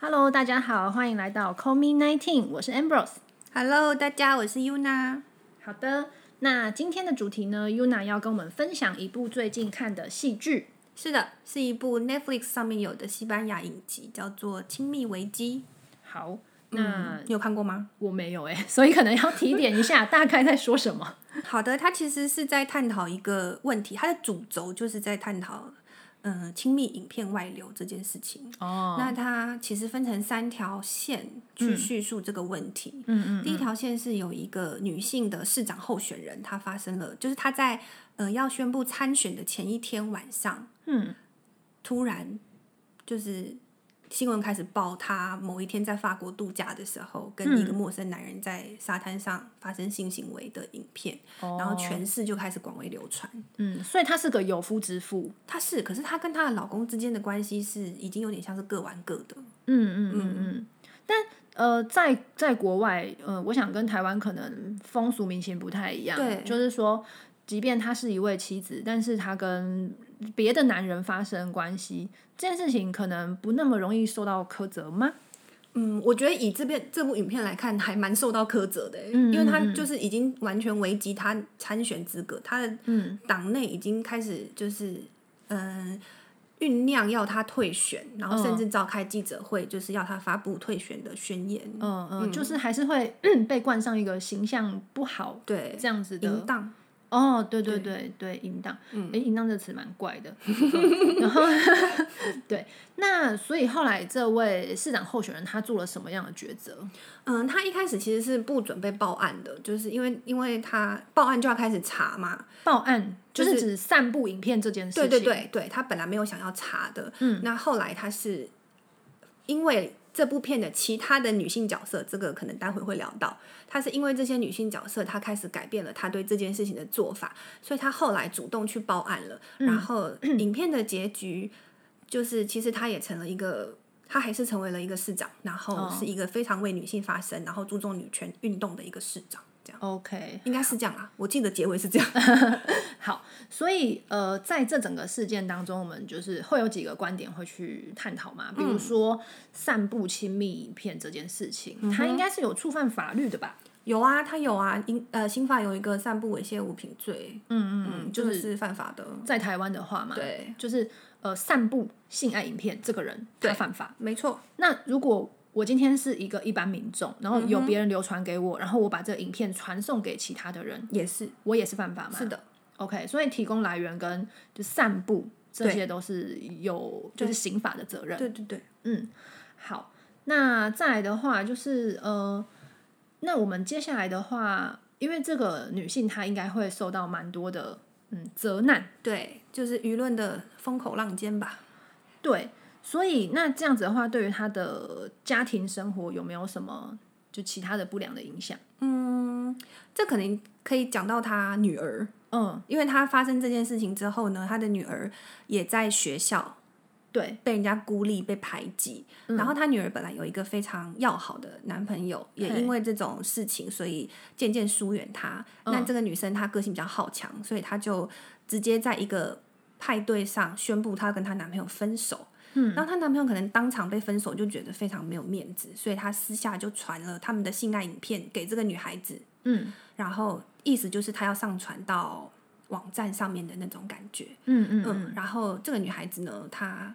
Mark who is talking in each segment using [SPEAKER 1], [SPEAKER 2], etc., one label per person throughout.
[SPEAKER 1] Hello，大家好，欢迎来到 Call Me Nineteen，我是 Ambrose。
[SPEAKER 2] Hello，大家，我是 Yuna。
[SPEAKER 1] 好的，那今天的主题呢，Yuna 要跟我们分享一部最近看的戏剧。
[SPEAKER 2] 是的，是一部 Netflix 上面有的西班牙影集，叫做《亲密危机》。
[SPEAKER 1] 好，那
[SPEAKER 2] 你有看过吗？
[SPEAKER 1] 我没有哎、所以可能要提点一 下，大概在说什么。
[SPEAKER 2] 好的，它其实是在探讨一个问题，它的主轴就是在探讨，嗯、亲密影片外流这件事情。
[SPEAKER 1] 哦，
[SPEAKER 2] 那它其实分成三条线去叙述这个问题。
[SPEAKER 1] 嗯
[SPEAKER 2] 第一条线是有一个女性的市长候选人，她发生了，就是她在呃要宣布参选的前一天晚上，
[SPEAKER 1] 嗯，
[SPEAKER 2] 突然就是新闻开始报她某一天在法国度假的时候，跟
[SPEAKER 1] 嗯
[SPEAKER 2] 一个陌生男人在沙滩上发生性行为的影片，
[SPEAKER 1] 哦
[SPEAKER 2] 然后全市就开始广为流传。
[SPEAKER 1] 嗯，所以他是个有夫之妇。
[SPEAKER 2] 她是，可是她跟她的老公之间的关系是已经有点像是各玩各的，
[SPEAKER 1] 嗯嗯嗯嗯，但。呃，在在国外，呃，我想跟台湾可能风俗民情不太一样，
[SPEAKER 2] 对
[SPEAKER 1] 就是说，即便她是一位妻子，但是她跟别的男人发生关系，这件事情可能不那么容易受到苛责吗？
[SPEAKER 2] 嗯，我觉得以这边这部影片来看，还蛮受到苛责的欸，因为他就是已经完全危及他参选资格，他的党内已经开始就是嗯酝酿要他退选，然后甚至召开记者会，就是要他发布退选的宣言，
[SPEAKER 1] 嗯嗯，就是还是会被冠上一个形象不好
[SPEAKER 2] 对，
[SPEAKER 1] 这样子的
[SPEAKER 2] 淫荡，
[SPEAKER 1] 哦，对对对对，淫荡，
[SPEAKER 2] 嗯
[SPEAKER 1] 哎，淫荡这个词蛮怪 的。嗯然后， 对，那所以后来这位市长候选人他做了什么样的抉择？
[SPEAKER 2] 嗯，他一开始其实是不准备报案的，就是因为因为他报案就要开始查嘛，
[SPEAKER 1] 报案，就
[SPEAKER 2] 就是
[SPEAKER 1] 是指散布影片这件事情。
[SPEAKER 2] 对对对对，他本来没有想要查的，嗯，那后来他是因为这部片的其他的女性角色，这个可能待会会聊到，他是因为这些女性角色，他开始改变了他对这件事情的做法，所以他后来主动去报案了，然后影片的结局就是其实他也成了一个。他还是成为了一个市长，然后是一个非常为女性发声，然后注重女权运动的一个市长，这
[SPEAKER 1] 哦
[SPEAKER 2] 样
[SPEAKER 1] OK，
[SPEAKER 2] 应该是这样啦。我记得结尾是这样。
[SPEAKER 1] 好，所以呃，在这整个事件当中，我们就是会有几个观点会去探讨嘛，比
[SPEAKER 2] 嗯
[SPEAKER 1] 如说散布亲密影片这件事情，
[SPEAKER 2] 嗯
[SPEAKER 1] 它应该是有触犯法律的吧？
[SPEAKER 2] 有啊，他有啊，刑呃刑法有一个散布猥亵物品罪，嗯嗯，这个是犯法的，
[SPEAKER 1] 在台湾的话嘛，
[SPEAKER 2] 对，
[SPEAKER 1] 就是呃，散布性爱影片，这个人他犯法。
[SPEAKER 2] 没错，
[SPEAKER 1] 那如果我今天是一个一般民众，然后
[SPEAKER 2] 嗯
[SPEAKER 1] 有别人流传给我，然后我把这个影片传送给其他的人，
[SPEAKER 2] 也是
[SPEAKER 1] 我也是犯法嘛？
[SPEAKER 2] 是的，
[SPEAKER 1] OK，所以提供来源跟就散布这些都是有就是刑法的责任。
[SPEAKER 2] 对对对，
[SPEAKER 1] 嗯，好，那再来的话就是呃，那我们接下来的话，因为这个女性她应该会受到蛮多的嗯责难，
[SPEAKER 2] 对，就是舆论的风口浪尖吧。
[SPEAKER 1] 对，所以那这样子的话，对于她的家庭生活有没有什么就其他的不良的影响？
[SPEAKER 2] 这可能可以讲到他女儿，
[SPEAKER 1] 嗯，
[SPEAKER 2] 因为他发生这件事情之后呢，他的女儿也在学校
[SPEAKER 1] 对，嗯
[SPEAKER 2] 被人家孤立、被排挤。然后他女儿本来有一个非常要好的男朋友，也
[SPEAKER 1] 嘿
[SPEAKER 2] 因为这种事情，所以渐渐疏远他。那
[SPEAKER 1] 嗯
[SPEAKER 2] 这个女生她个性比较好强，所以她就直接在一个派对上宣布她跟她男朋友分手。嗯，然后她男朋友可能当场被分手，就觉得非常没有面子，所以她私下就传了他们的性爱影片给这个女孩子，
[SPEAKER 1] 嗯
[SPEAKER 2] 然后意思就是她要上传到网站上面的那种感觉。
[SPEAKER 1] 嗯嗯嗯
[SPEAKER 2] 嗯，然后这个女孩子呢，她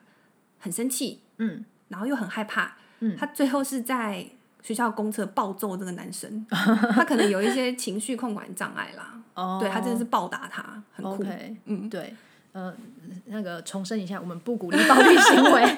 [SPEAKER 2] 很生气，
[SPEAKER 1] 嗯，
[SPEAKER 2] 然后又很害怕，嗯，她最后是在学校公厕暴揍这个男生，她可能有一些情绪控管障碍啦，
[SPEAKER 1] 哦，
[SPEAKER 2] 对她真的是暴打他，很酷
[SPEAKER 1] OK，嗯，对，呃，那个重申一下，我们不鼓励暴力行为。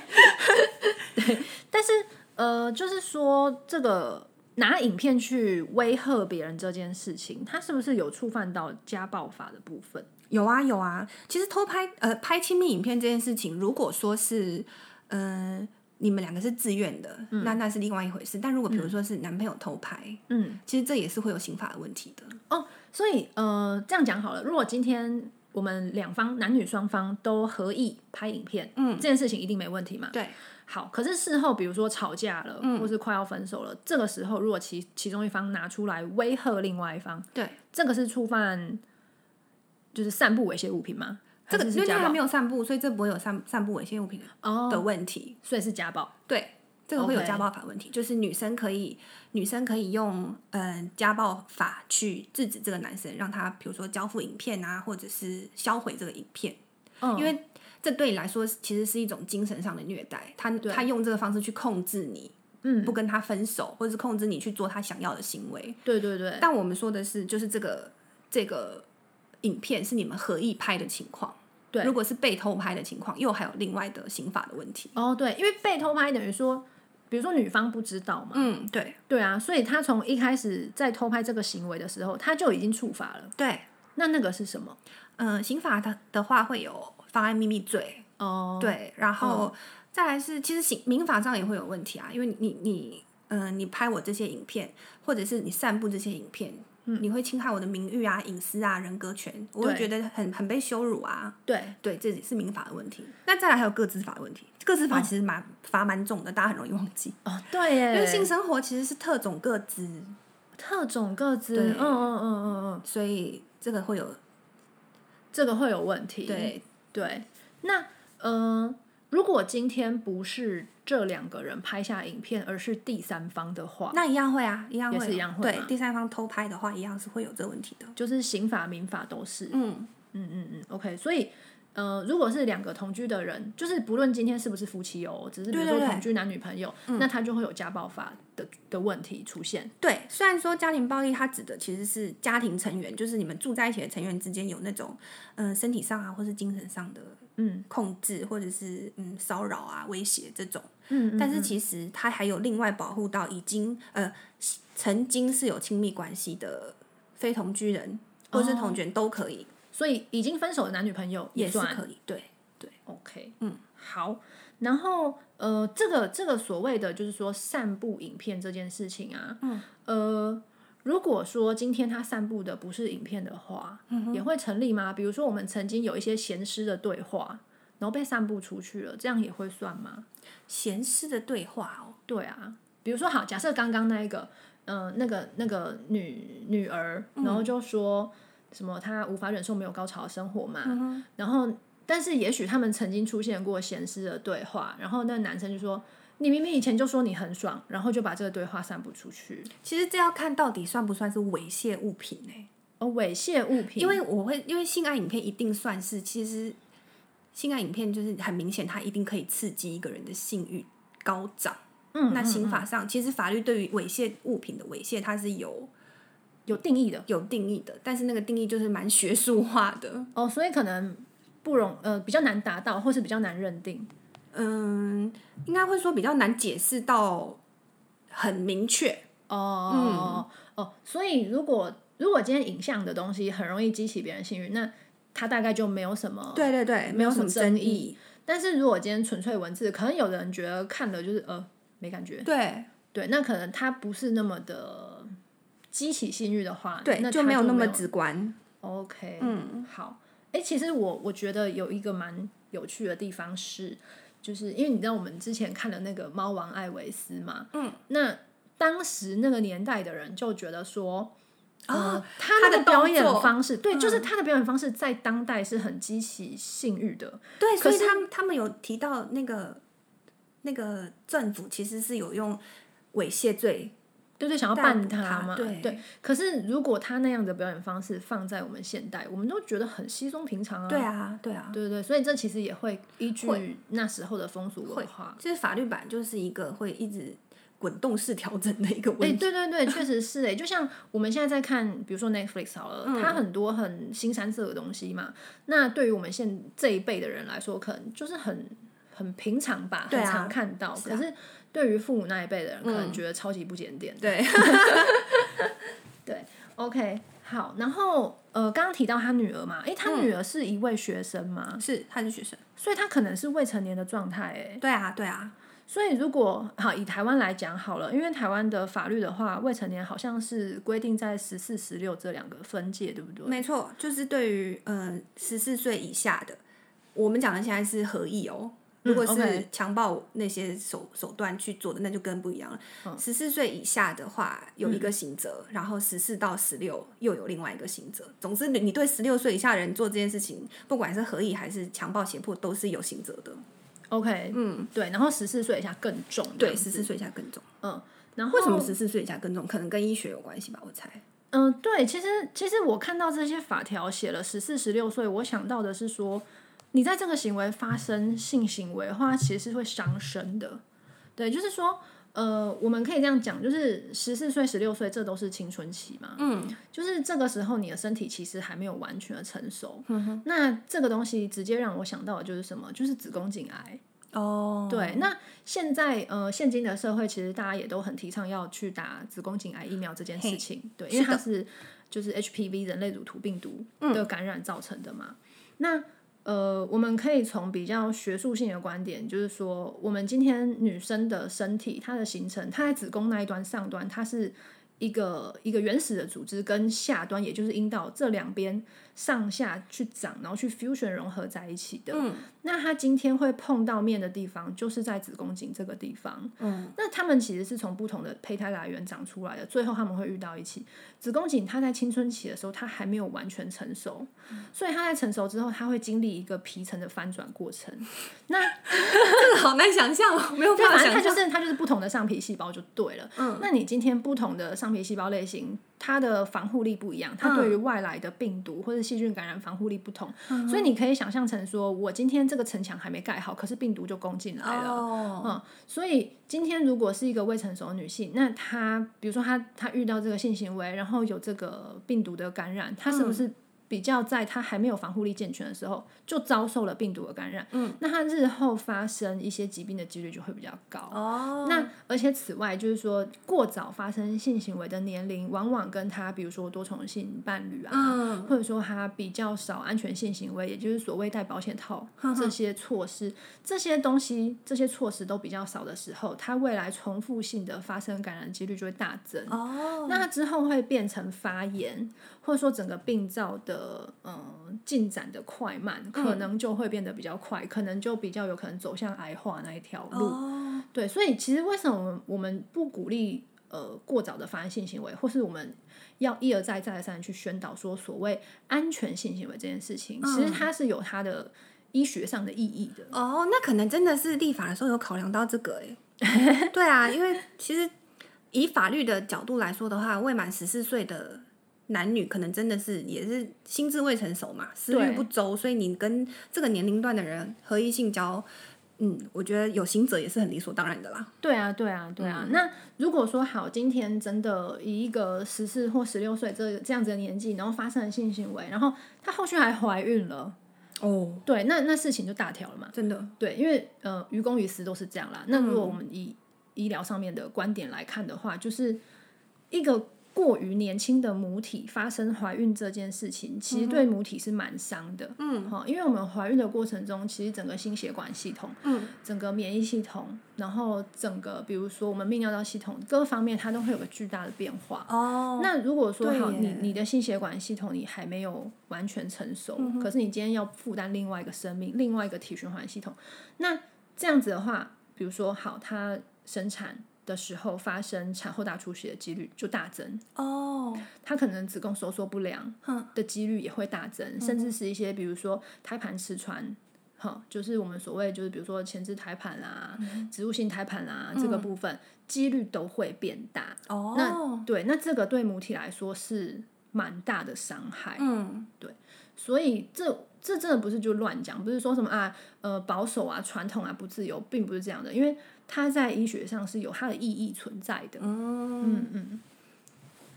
[SPEAKER 1] 对，但是呃，就是说这个拿影片去威吓别人这件事情，它是不是有触犯到家暴法的部分？
[SPEAKER 2] 有啊有啊，其实偷拍呃拍亲密影片这件事情，如果说是嗯、呃你们两个是自愿的，那那是另外一回事，但如果比如说是男朋友偷拍，
[SPEAKER 1] 嗯，
[SPEAKER 2] 其实这也是会有刑法的问题的，
[SPEAKER 1] 哦，所以呃，这样讲好了，如果今天我们两方男女双方都合意拍影片，嗯，这件事情一定没问题嘛？
[SPEAKER 2] 对。
[SPEAKER 1] 好，可是事后比如说吵架了，
[SPEAKER 2] 嗯
[SPEAKER 1] 或是快要分手了，这个时候如果其其中一方拿出来威吓另外一方，
[SPEAKER 2] 对，
[SPEAKER 1] 这个是触犯，就是散布猥亵物品吗？
[SPEAKER 2] 这个
[SPEAKER 1] 还是
[SPEAKER 2] 因为
[SPEAKER 1] 是
[SPEAKER 2] 他
[SPEAKER 1] 家
[SPEAKER 2] 还
[SPEAKER 1] 暴
[SPEAKER 2] 没有散布，所以这不会有散散布猥亵物品的
[SPEAKER 1] 哦，
[SPEAKER 2] 的问题。
[SPEAKER 1] 所以是家暴。
[SPEAKER 2] 对，这个会有
[SPEAKER 1] OK
[SPEAKER 2] 家暴法问题就是女生可以女生可以用嗯、呃家暴法去制止这个男生，让他比如说交付影片啊，或者是销毁这个影片，
[SPEAKER 1] 嗯
[SPEAKER 2] 因为这对你来说其实是一种精神上的虐待，他他用这个方式去控制你，
[SPEAKER 1] 嗯，
[SPEAKER 2] 不跟他分手，或者是控制你去做他想要的行为。
[SPEAKER 1] 对对对，
[SPEAKER 2] 但我们说的是，就是这个这个影片是你们合意拍的情况。
[SPEAKER 1] 对
[SPEAKER 2] 如果是被偷拍的情况，又还有另外的刑法的问题。
[SPEAKER 1] 哦对，因为被偷拍等于说，比如说女方不知道嘛，
[SPEAKER 2] 嗯，对
[SPEAKER 1] 对啊，所以他从一开始在偷拍这个行为的时候，他就已经触法了。
[SPEAKER 2] 对，
[SPEAKER 1] 那那个是什么？
[SPEAKER 2] 嗯、刑法的的话会有妨碍秘密罪，
[SPEAKER 1] 哦，
[SPEAKER 2] 对，然后再来是其实刑民法上也会有问题啊，因为你你你，嗯、你拍我这些影片，或者是你散布这些影片。你会侵害我的名誉啊、隐私啊、人格权，我会
[SPEAKER 1] 嗯对
[SPEAKER 2] 觉得很很被羞辱啊。
[SPEAKER 1] 对，
[SPEAKER 2] 对，这也是民法的问题。那再来还有个资法的问题，个资法其实蛮罚蛮重的，大家很容易忘记。
[SPEAKER 1] 哦对耶，
[SPEAKER 2] 因为性生活其实是特种个资，
[SPEAKER 1] 特种个资，
[SPEAKER 2] 对
[SPEAKER 1] 嗯嗯嗯嗯嗯，
[SPEAKER 2] 所以这个会有
[SPEAKER 1] 这个会有问题。
[SPEAKER 2] 对
[SPEAKER 1] 对，那呃，如果今天不是这两个人拍下影片，而是第三方的话，
[SPEAKER 2] 那一样会啊，一样会
[SPEAKER 1] 也是一样会
[SPEAKER 2] 对
[SPEAKER 1] 嘛，
[SPEAKER 2] 第三方偷拍的话，一样是会有这个问题的。
[SPEAKER 1] 就是刑法、民法都是。
[SPEAKER 2] 嗯，
[SPEAKER 1] 嗯嗯嗯，OK，所以。呃，如果是两个同居的人，就是不论今天是不是夫妻哦，只是比如
[SPEAKER 2] 对
[SPEAKER 1] 说
[SPEAKER 2] 对对嗯
[SPEAKER 1] 同居男女朋友，那他就会有家暴法的的问题出现。
[SPEAKER 2] 对。虽然说家庭暴力，它指的其实是家庭成员，就是你们住在一起的成员之间有那种嗯、呃身体上啊，或是精神上的
[SPEAKER 1] 嗯
[SPEAKER 2] 控制，或者是嗯骚扰啊、威胁这种。
[SPEAKER 1] 嗯，嗯
[SPEAKER 2] 但是
[SPEAKER 1] 嗯
[SPEAKER 2] 其实它还有另外保护到已经呃曾经是有亲密关系的非同居人或是同居人都可以，
[SPEAKER 1] 所以已经分手的男女朋友
[SPEAKER 2] 也是
[SPEAKER 1] 算
[SPEAKER 2] 可以。对，
[SPEAKER 1] OK，嗯，好。然后呃，这个这个所谓的就是说散布影片这件事情啊，嗯，呃，如果说今天他散布的不是影片的话，也会成立吗？比如说我们曾经有一些闲诗的对话，然后被散布出去了，这样也会算吗？
[SPEAKER 2] 闲适的对话哦，
[SPEAKER 1] 对啊，比如说好，假设刚刚那一个，嗯、那个那个女女儿，然
[SPEAKER 2] 嗯
[SPEAKER 1] 后就说什么她无法忍受没有高潮的生活嘛，
[SPEAKER 2] 嗯
[SPEAKER 1] 然后但是也许他们曾经出现过闲适的对话，然后那男生就说。你明明以前就说你很爽，然后就把这个对话散布出去，
[SPEAKER 2] 其实这要看到底算不算是猥亵物品欸呢、
[SPEAKER 1] 哦，猥亵物品，
[SPEAKER 2] 因为我会，因为性爱影片一定算是，其实性爱影片就是很明显，它一定可以刺激一个人的性欲高涨。
[SPEAKER 1] 嗯，
[SPEAKER 2] 那
[SPEAKER 1] 嗯
[SPEAKER 2] 刑法上，其实法律对于猥亵物品的猥亵，它是有
[SPEAKER 1] 有定义的
[SPEAKER 2] 有定义的，但是那个定义就是蛮学术化的。
[SPEAKER 1] 哦，所以可能不容呃比较难达到，或是比较难认定。
[SPEAKER 2] 嗯，应该会说比较难解释到很明确。
[SPEAKER 1] 哦、哦，所以如果如果今天影像的东西很容易激起别人性欲，那它大概就没有什么。
[SPEAKER 2] 对对对，没有什么
[SPEAKER 1] 争
[SPEAKER 2] 争
[SPEAKER 1] 议。但是如果今天纯粹文字，可能有的人觉得看了就是呃没感觉，
[SPEAKER 2] 对
[SPEAKER 1] 对，那可能它不是那么的激起性欲的话，
[SPEAKER 2] 对，
[SPEAKER 1] 那
[SPEAKER 2] 就
[SPEAKER 1] 它
[SPEAKER 2] 没
[SPEAKER 1] 没
[SPEAKER 2] 有那么
[SPEAKER 1] 直。
[SPEAKER 2] 直观。
[SPEAKER 1] OK，
[SPEAKER 2] 嗯，
[SPEAKER 1] 好。哎、其实我我觉得有一个蛮有趣的地方是，就是因为你知道我们之前看的那个《猫王艾维斯》嘛，嗯，那当时那个年代的人就觉得说，
[SPEAKER 2] 哦
[SPEAKER 1] 呃，他
[SPEAKER 2] 他
[SPEAKER 1] 那
[SPEAKER 2] 的
[SPEAKER 1] 个表
[SPEAKER 2] 动
[SPEAKER 1] 演
[SPEAKER 2] 作嗯
[SPEAKER 1] 方式，对，就是他的表演方式在当代是很激起性欲的，
[SPEAKER 2] 对，所以
[SPEAKER 1] 可
[SPEAKER 2] 他们他们有提到那个那个政府其实是有用猥亵罪，
[SPEAKER 1] 对对，想要
[SPEAKER 2] 逮捕
[SPEAKER 1] 办
[SPEAKER 2] 他
[SPEAKER 1] 嘛，
[SPEAKER 2] 对
[SPEAKER 1] 可是如果他那样的表演方式放在我们现代，我们都觉得很稀松平常啊。
[SPEAKER 2] 对啊，对啊，
[SPEAKER 1] 对对对，所以这其实也会依据
[SPEAKER 2] 会
[SPEAKER 1] 那时候的风俗文化，
[SPEAKER 2] 就是嗯法律版就是一个会一直滚动式调整的一个
[SPEAKER 1] 哎、
[SPEAKER 2] 问题。
[SPEAKER 1] 对对对，确实是哎、就像我们现在在看，比如说 Netflix 好了，
[SPEAKER 2] 嗯
[SPEAKER 1] 它很多很新三色的东西嘛。那对于我们现这一辈的人来说，可能就是很很平常吧，
[SPEAKER 2] 对啊
[SPEAKER 1] 很常看到。
[SPEAKER 2] 是
[SPEAKER 1] 可
[SPEAKER 2] 啊嗯
[SPEAKER 1] 是对于父母那一辈的人，可能觉得超级不检点。
[SPEAKER 2] 对
[SPEAKER 1] 对，OK，好。然后呃，刚刚提到他女儿嘛，哎、他女儿是一位学生嘛，
[SPEAKER 2] 嗯是他是学生。
[SPEAKER 1] 所以他可能是未成年的状态哎。
[SPEAKER 2] 对啊，对啊，
[SPEAKER 1] 所以，如果好以台湾来讲好了，因为台湾的法律的话，未成年好像是规定在十四、十六这两个分界，对不对？
[SPEAKER 2] 没错，就是对于嗯十四岁以下的，我们讲的现在是合意哦。如果是
[SPEAKER 1] OK
[SPEAKER 2] 强暴那些手手段去做的，那就更不一样了。十四岁以下的话有一个刑责，然后十四到十六又有另外一个刑责。总之，你对十六岁以下的人做这件事情，不管是合意还是强暴胁迫，都是有刑责的。
[SPEAKER 1] OK，嗯，对，然后十四岁以下更重，
[SPEAKER 2] 对，十四岁以下更重。
[SPEAKER 1] 嗯，然后
[SPEAKER 2] 为什么十四岁以下更重？可能跟医学有关系吧，我猜。
[SPEAKER 1] 嗯、对，其实其实我看到这些法条写了十四、十六岁，我想到的是说，你在这个行为发生性行为的话，其实是会伤身的。对，就是说，呃，我们可以这样讲，就是十四岁、十六岁，这都是青春期嘛。嗯，就是这个时候你的身体其实还没有完全的成熟。嗯、那这个东西直接让我想到的就是什么？就是子宫颈癌。
[SPEAKER 2] 哦，
[SPEAKER 1] 对，那现在呃，现今的社会其实大家也都很提倡要去打子宫颈癌疫苗这件事情，对，因为它是嗯就是 HPV 人类乳头病毒的感染造成的嘛。那呃，我们可以从比较学术性的观点，就是说，我们今天女生的身体它的形成，它在子宫那一端上端，它是一个一个原始的组织，跟下端也就是阴道这两边上下去长，然后去 fusion 融合在一起的。嗯，那它今天会碰到面的地方，就是在子宫颈这个地方。嗯，那它们其实是从不同的胚胎来源长出来的，最后它们会遇到一起。子宫颈它在青春期的时候，它还没有完全成熟，所以它在成熟之后，它会经历一个皮层的翻转过程。
[SPEAKER 2] 这个好难想象哦，没有
[SPEAKER 1] 对，
[SPEAKER 2] 办法
[SPEAKER 1] 反正
[SPEAKER 2] 想
[SPEAKER 1] 它就
[SPEAKER 2] 象。
[SPEAKER 1] 是它就是不同的上皮细胞就对了。嗯，那你今天不同的上皮细胞类型，它的防护力不一样，它对于外来的病毒或者细菌感染防护力不同，所以你可以想象成说，我今天这个城墙还没盖好，可是病毒就攻进来了。
[SPEAKER 2] 哦，
[SPEAKER 1] 嗯，所以今天如果是一个未成熟的女性，那她比如说她她遇到这个性行为，然后有这个病毒的感染，她
[SPEAKER 2] 嗯
[SPEAKER 1] 是不是比较在她还没有防护力健全的时候就遭受了病毒的感染？嗯，那她日后发生一些疾病的几率就会比较高。
[SPEAKER 2] 哦，
[SPEAKER 1] 那而且此外，就是说过早发生性行为的年龄，往往跟他比如说多重性伴侣啊，
[SPEAKER 2] 嗯
[SPEAKER 1] 或者说他比较少安全性行为，也就是所谓戴保险套这些措施，这些东西这些措施都比较少的时候，他未来重复性的发生感染几率就会大增。
[SPEAKER 2] 哦，
[SPEAKER 1] 那它之后会变成发炎，或者说整个病灶的嗯、呃进展的快
[SPEAKER 2] 嗯
[SPEAKER 1] 慢，可能就会变得比较快，可能就比较有可能走向癌化那一条路。
[SPEAKER 2] 哦，
[SPEAKER 1] 对，所以其实为什么我们我们不鼓励呃过早的发生性行为，或是我们要一而再再而三的去宣导说所谓安全性行为这件事情，
[SPEAKER 2] 嗯
[SPEAKER 1] 其实它是有它的医学上的意义的。
[SPEAKER 2] 哦，那可能真的是立法的时候有考量到这个 哎。对啊，因为其实以法律的角度来说的话，未满十四岁的。男女可能真的是也是心智未成熟嘛，思虑
[SPEAKER 1] 对
[SPEAKER 2] 不周，所以你跟这个年龄段的人合意性交，嗯，我觉得有行者也是很理所当然的啦。
[SPEAKER 1] 对啊，对啊，对啊。那如果说好，今天真的以一个十四或十六岁这这样子的年纪，然后发生了性行为，然后她后续还怀孕了，
[SPEAKER 2] 哦，
[SPEAKER 1] 对，那那事情就大条了嘛。
[SPEAKER 2] 真的，
[SPEAKER 1] 对，因为呃，于公于私都是这样啦。那如果我们以医疗上面的观点来看的话，就是一个过于年轻的母体发生怀孕这件事情，其实对母体是蛮伤的。嗯，好，因为我们怀孕的过程中，其实整个心血管系统，嗯，整个免疫系统，然后整个比如说我们泌尿道系统各方面，它都会有个巨大的变化。
[SPEAKER 2] 哦，
[SPEAKER 1] 那如果说
[SPEAKER 2] 对
[SPEAKER 1] 好，
[SPEAKER 2] 耶
[SPEAKER 1] 你你的心血管系统你还没有完全成熟，
[SPEAKER 2] 嗯
[SPEAKER 1] 可是你今天要负担另外一个生命，另外一个体循环系统，那这样子的话，比如说好，她生产的时候发生产后大出血的几率就大增，
[SPEAKER 2] 哦，
[SPEAKER 1] 她可能子宫收缩不良的几率也会大增，
[SPEAKER 2] 嗯
[SPEAKER 1] 甚至是一些比如说胎盘吃穿。哈，就是我们所谓就是比如说前置胎盘啦、
[SPEAKER 2] 嗯
[SPEAKER 1] 植入性胎盘啦、这个部分几率都会变大。
[SPEAKER 2] 哦，
[SPEAKER 1] 那对，那这个对母体来说是蛮大的伤害，
[SPEAKER 2] 嗯，
[SPEAKER 1] 所以这这真的不是就乱讲，不是说什么啊，呃，保守啊、传统啊、不自由，并不是这样的，因为它在医学上是有它的意义存在的。嗯嗯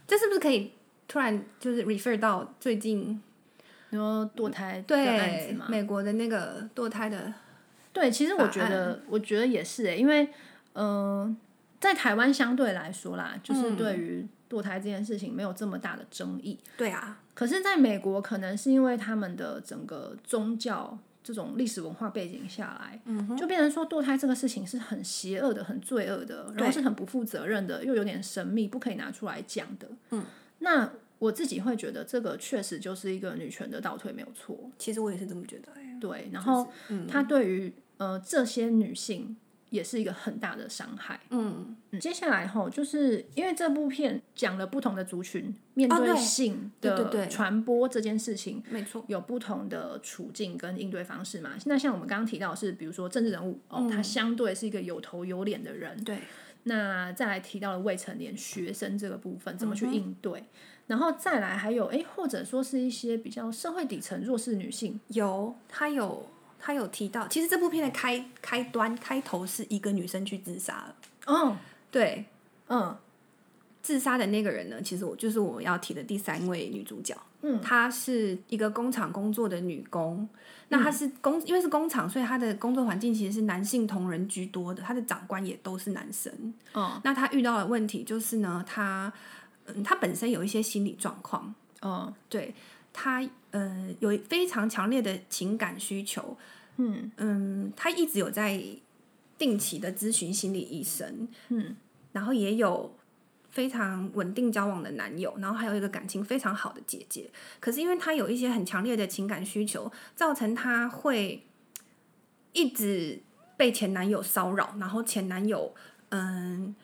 [SPEAKER 2] 这是不是可以突然就是 refer 到最近
[SPEAKER 1] 你说堕胎的案子
[SPEAKER 2] 对
[SPEAKER 1] 嘛？
[SPEAKER 2] 美国的那个堕胎的
[SPEAKER 1] 对，其实我觉
[SPEAKER 2] 法
[SPEAKER 1] 得，我觉得也是、欸，因为，嗯、在台湾相对来说啦，就是
[SPEAKER 2] 嗯
[SPEAKER 1] 对于堕胎这件事情没有这么大的争议，
[SPEAKER 2] 对啊，
[SPEAKER 1] 可是，在美国，可能是因为他们的整个宗教这种历史文化背景下来，
[SPEAKER 2] 嗯
[SPEAKER 1] 就变成说堕胎这个事情是很邪恶的、很罪恶的，然后是很不负责任的，又有点神秘，不可以拿出来讲的。嗯，那我自己会觉得这个确实就是一个女权的倒退，没有错。
[SPEAKER 2] 啊其实我也是这么觉得、哎
[SPEAKER 1] 对，然后他对于呃这些女性也是一个很大的伤害。
[SPEAKER 2] 嗯，
[SPEAKER 1] 嗯接下来吼，就是因为这部片讲了不同的族群面
[SPEAKER 2] 哦
[SPEAKER 1] 对
[SPEAKER 2] 对
[SPEAKER 1] 性
[SPEAKER 2] 对对
[SPEAKER 1] 的
[SPEAKER 2] 对
[SPEAKER 1] 传播这件事情，
[SPEAKER 2] 嗯没错，
[SPEAKER 1] 有不同的处境跟应对方式嘛。那像我们刚刚提到的是，比如说政治人物哦，他相对是一个有头有脸的人。
[SPEAKER 2] 嗯对，
[SPEAKER 1] 那再来提到了未成年学生这个部分怎么
[SPEAKER 2] 嗯
[SPEAKER 1] 去应对，然后再来还有诶，或者说是一些比较社会底层弱势女性，
[SPEAKER 2] 有他有他有提到，其实这部片的开开端开头是一个女生去自杀了，
[SPEAKER 1] 哦，
[SPEAKER 2] 对，
[SPEAKER 1] 嗯
[SPEAKER 2] 自杀的那个人呢，其实我就是我要提的第三位女主角。
[SPEAKER 1] 嗯，
[SPEAKER 2] 她是一个工厂工作的女工。那
[SPEAKER 1] 嗯
[SPEAKER 2] 她是工，因为是工厂，所以她的工作环境其实是男性同仁居多的，她的长官也都是男生。
[SPEAKER 1] 哦
[SPEAKER 2] 那她遇到的问题就是呢，她嗯，她本身有一些心理状况，
[SPEAKER 1] 哦，
[SPEAKER 2] 对她呃有非常强烈的情感需求，
[SPEAKER 1] 嗯
[SPEAKER 2] 嗯，她一直有在定期的咨询心理医生，
[SPEAKER 1] 嗯
[SPEAKER 2] 然后也有非常稳定交往的男友，然后还有一个感情非常好的姐姐。可是因为她有一些很强烈的情感需求，造成她会一直被前男友骚扰，然后前男友嗯。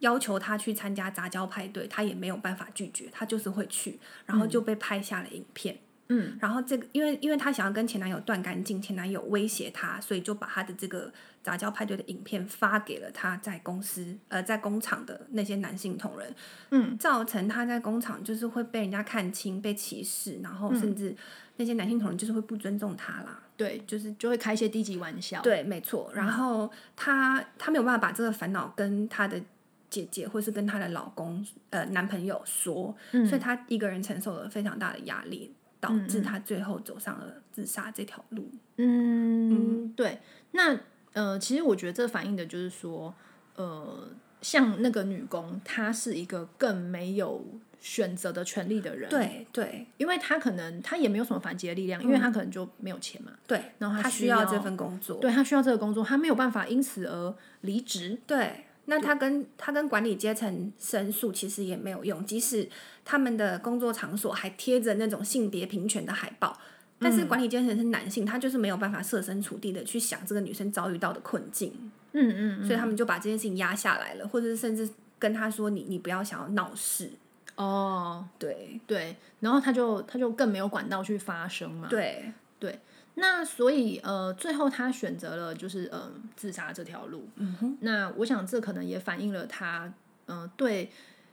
[SPEAKER 2] 要求她去参加杂交派对，她也没有办法拒绝，她就是会去，然后就被拍下了影片。
[SPEAKER 1] 嗯
[SPEAKER 2] 然后这个，因为因为她想要跟前男友断干净，前男友威胁她，所以就把她的这个杂交派对的影片发给了她在公司呃在工厂的那些男性同仁，
[SPEAKER 1] 嗯，
[SPEAKER 2] 造成她在工厂就是会被人家看清、被歧视，然后
[SPEAKER 1] 嗯
[SPEAKER 2] 甚至那些男性同仁就是会不尊重她啦。
[SPEAKER 1] 对，就是就会开一些低级玩笑，
[SPEAKER 2] 对，没错。
[SPEAKER 1] 嗯
[SPEAKER 2] 然后她她没有办法把这个烦恼跟她的姐姐或是跟她的老公呃男朋友说，
[SPEAKER 1] 嗯
[SPEAKER 2] 所以她一个人承受了非常大的压力，导致她最后走上了自杀这条路。
[SPEAKER 1] 嗯，对。那呃，其实我觉得这反映的就是说，呃，像那个女工，她是一个更没有选择的权利的人，，
[SPEAKER 2] 对对
[SPEAKER 1] 因为她可能她也没有什么反击的力量，因为她可能就没有钱嘛，
[SPEAKER 2] 对，
[SPEAKER 1] 然后她
[SPEAKER 2] 她
[SPEAKER 1] 需
[SPEAKER 2] 需要
[SPEAKER 1] 要
[SPEAKER 2] 这份工作。
[SPEAKER 1] 对她需要这个工作，她没有办法因此而离职，
[SPEAKER 2] 对，那他跟他跟管理阶层申诉其实也没有用，即使他们的工作场所还贴着那种性别平权的海报，但是管理阶层是男性，他就是没有办法设身处地的去想这个女生遭遇到的困境，
[SPEAKER 1] 嗯嗯嗯，
[SPEAKER 2] 所以他们就把这件事情压下来了，或者是甚至跟他说你你不要想要闹事，
[SPEAKER 1] 哦，
[SPEAKER 2] 对
[SPEAKER 1] 对，然后她就她就更没有管道去发声嘛，
[SPEAKER 2] 对
[SPEAKER 1] 那所以呃，最后他选择了就是呃自杀这条路。嗯哼。那我想这可能也反映了他呃对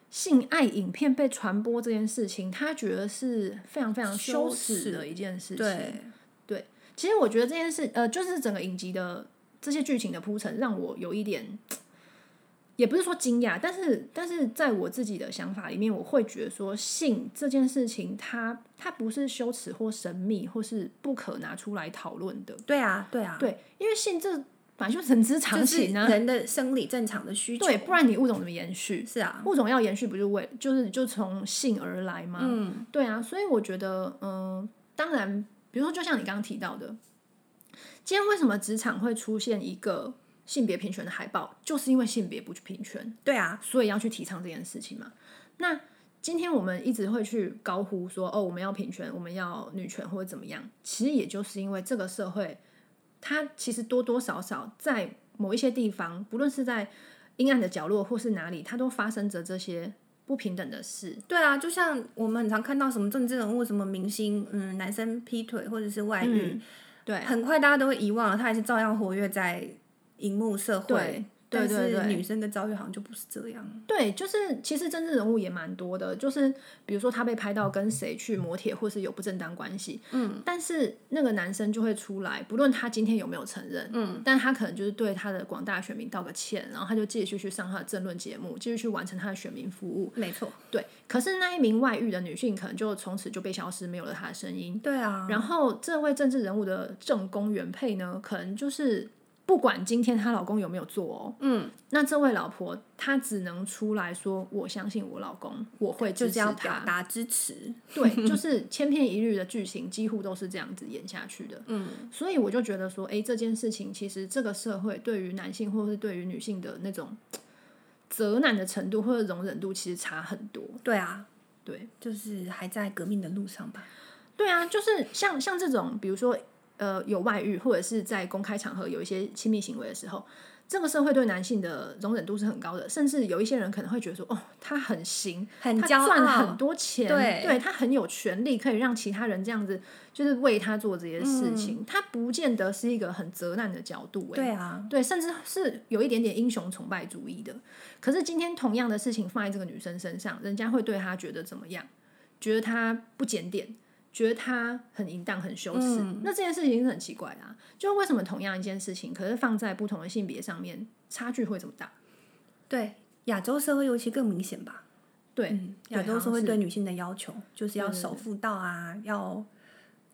[SPEAKER 1] 性爱影片被传播这件事情，他觉得是非常非常羞
[SPEAKER 2] 羞
[SPEAKER 1] 耻
[SPEAKER 2] 耻
[SPEAKER 1] 的一件事情。
[SPEAKER 2] 对，
[SPEAKER 1] 其实我觉得这件事呃，就是整个影集的这些剧情的铺陈，让我有一点。也不是说惊讶，但是但是在我自己的想法里面，我会觉得说性这件事情它，它不是羞耻或神秘或是不可拿出来讨论的，
[SPEAKER 2] 对啊对啊，
[SPEAKER 1] 对，因为性这本来就是人之常
[SPEAKER 2] 就是
[SPEAKER 1] 情啊，
[SPEAKER 2] 人的生理正常的需求，
[SPEAKER 1] 对，不然你物种怎么延续？
[SPEAKER 2] 是啊，
[SPEAKER 1] 物种要延续，不就为就是就从性而来吗？
[SPEAKER 2] 嗯
[SPEAKER 1] 对啊，所以我觉得，嗯、当然，比如说，就像你刚刚提到的，今天为什么职场会出现一个性别平权的海报，就是因为性别不平权，
[SPEAKER 2] 对啊，
[SPEAKER 1] 所以要去提倡这件事情嘛。那今天我们一直会去高呼说，哦，我们要平权，我们要女权或者怎么样，其实也就是因为这个社会，它其实多多少少在某一些地方，不论是在阴暗的角落或是哪里，它都发生着这些不平等的事。
[SPEAKER 2] 对啊，就像我们很常看到什么政治人物、什么明星，嗯，男生劈腿或者是外
[SPEAKER 1] 嗯
[SPEAKER 2] 遇，
[SPEAKER 1] 对
[SPEAKER 2] 很快大家都会遗忘了，他还是照样活跃在荧幕社会。
[SPEAKER 1] 对对对
[SPEAKER 2] 但
[SPEAKER 1] 对
[SPEAKER 2] 是女生的遭遇好像就不是这样。
[SPEAKER 1] 对，就是其实政治人物也蛮多的，就是比如说他被拍到跟谁去磨铁，或是有不正当关系，嗯，但是那个男生就会出来，不论他今天有没有承认，嗯，但他可能就是对他的广大选民道个歉，然后他就继续去上他的政论节目，继续去完成他的选民服务，
[SPEAKER 2] 没错，
[SPEAKER 1] 对。可是那一名外遇的女性可能就从此就被消失，没有了她的声音，
[SPEAKER 2] 对啊，
[SPEAKER 1] 然后这位政治人物的正宫原配呢，可能就是不管今天她老公有没有做哦，嗯，那这位老婆她只能出来说：“我相信我老公，我会
[SPEAKER 2] 就
[SPEAKER 1] 支
[SPEAKER 2] 是
[SPEAKER 1] 持
[SPEAKER 2] 要
[SPEAKER 1] 他。
[SPEAKER 2] 表达支持。
[SPEAKER 1] 对， 就是千篇一律的剧情，几乎都是这样子演下去的。
[SPEAKER 2] 嗯，
[SPEAKER 1] 所以我就觉得说，诶，这件事情其实这个社会对于男性或是对于女性的那种责难的程度或者容忍度，其实差很多。
[SPEAKER 2] 对啊，
[SPEAKER 1] 对，
[SPEAKER 2] 就是还在革命的路上吧。
[SPEAKER 1] 对啊，就是像像这种，比如说呃有外遇，或者是在公开场合有一些亲密行为的时候，这个社会对男性的容忍度是很高的，甚至有一些人可能会觉得说，哦，他很行，
[SPEAKER 2] 很
[SPEAKER 1] 他
[SPEAKER 2] 骄傲
[SPEAKER 1] 赚很多钱，
[SPEAKER 2] 对
[SPEAKER 1] 他很有权利，可以让其他人这样子，就是为他做这些事情，他不见得是一个很责难的角度、欸，
[SPEAKER 2] 嗯对啊，
[SPEAKER 1] 对，甚至是有一点点英雄崇拜主义的。可是今天同样的事情放在这个女生身上，人家会对她觉得怎么样？觉得她不检点，觉得她很淫荡、很
[SPEAKER 2] 嗯
[SPEAKER 1] 羞耻。那这件事情是很奇怪的、啊，就是为什么同样一件事情，可是放在不同的性别上面，差距会这么大？
[SPEAKER 2] 对亚洲社会尤其更明显吧。
[SPEAKER 1] 对，
[SPEAKER 2] 嗯，
[SPEAKER 1] 对
[SPEAKER 2] 亚
[SPEAKER 1] 好
[SPEAKER 2] 洲
[SPEAKER 1] 像
[SPEAKER 2] 社会
[SPEAKER 1] 是
[SPEAKER 2] 对女性的要求就是要守妇道啊，要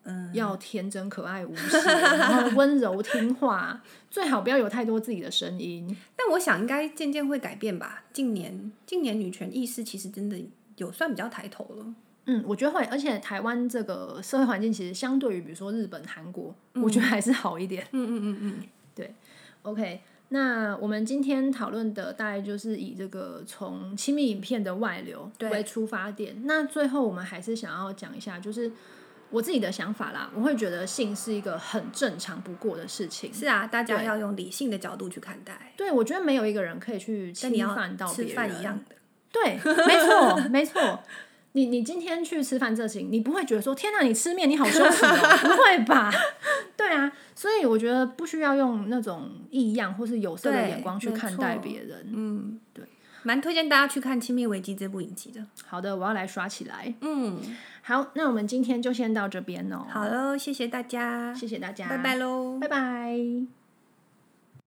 [SPEAKER 2] 嗯，
[SPEAKER 1] 要天真、可爱、无邪， 然后温柔、听话，最好不要有太多自己的声音。
[SPEAKER 2] 嗯但我想应该渐渐会改变吧。近年近年女权意识其实真的有算比较抬头了，
[SPEAKER 1] 嗯，我觉得会，而且台湾这个社会环境其实相对于比如说日本、韩国，我觉得还是好一点。嗯嗯嗯嗯，对。OK，那我们今天讨论的大概就是以这个从亲密影片的外流
[SPEAKER 2] 对
[SPEAKER 1] 为出发点。那最后我们还是想要讲一下，就是我自己的想法啦，我会觉得性是一个很正常不过的事情。
[SPEAKER 2] 是啊，大家
[SPEAKER 1] 对
[SPEAKER 2] 要用理性的角度去看待，
[SPEAKER 1] 对，我觉得没有一个人可以去侵
[SPEAKER 2] 跟你要
[SPEAKER 1] 犯到
[SPEAKER 2] 吃
[SPEAKER 1] 别人，
[SPEAKER 2] 饭一样的。
[SPEAKER 1] 对，没错，没错。你你今天去吃饭这行，你不会觉得说天哪，你吃面你好羞耻哦，不会吧？对啊，所以我觉得不需要用那种异样或是有色的
[SPEAKER 2] 对
[SPEAKER 1] 眼光去
[SPEAKER 2] 没
[SPEAKER 1] 看待
[SPEAKER 2] 错
[SPEAKER 1] 别人。
[SPEAKER 2] 嗯，
[SPEAKER 1] 对，
[SPEAKER 2] 蛮推荐大家去看《亲密危机》这部影集的。
[SPEAKER 1] 好的，我要来刷起来。
[SPEAKER 2] 嗯，
[SPEAKER 1] 好，那我们今天就先到这边哦。
[SPEAKER 2] 好，喽，谢谢大家，
[SPEAKER 1] 谢谢大家，
[SPEAKER 2] 拜拜，喽，
[SPEAKER 1] 拜拜。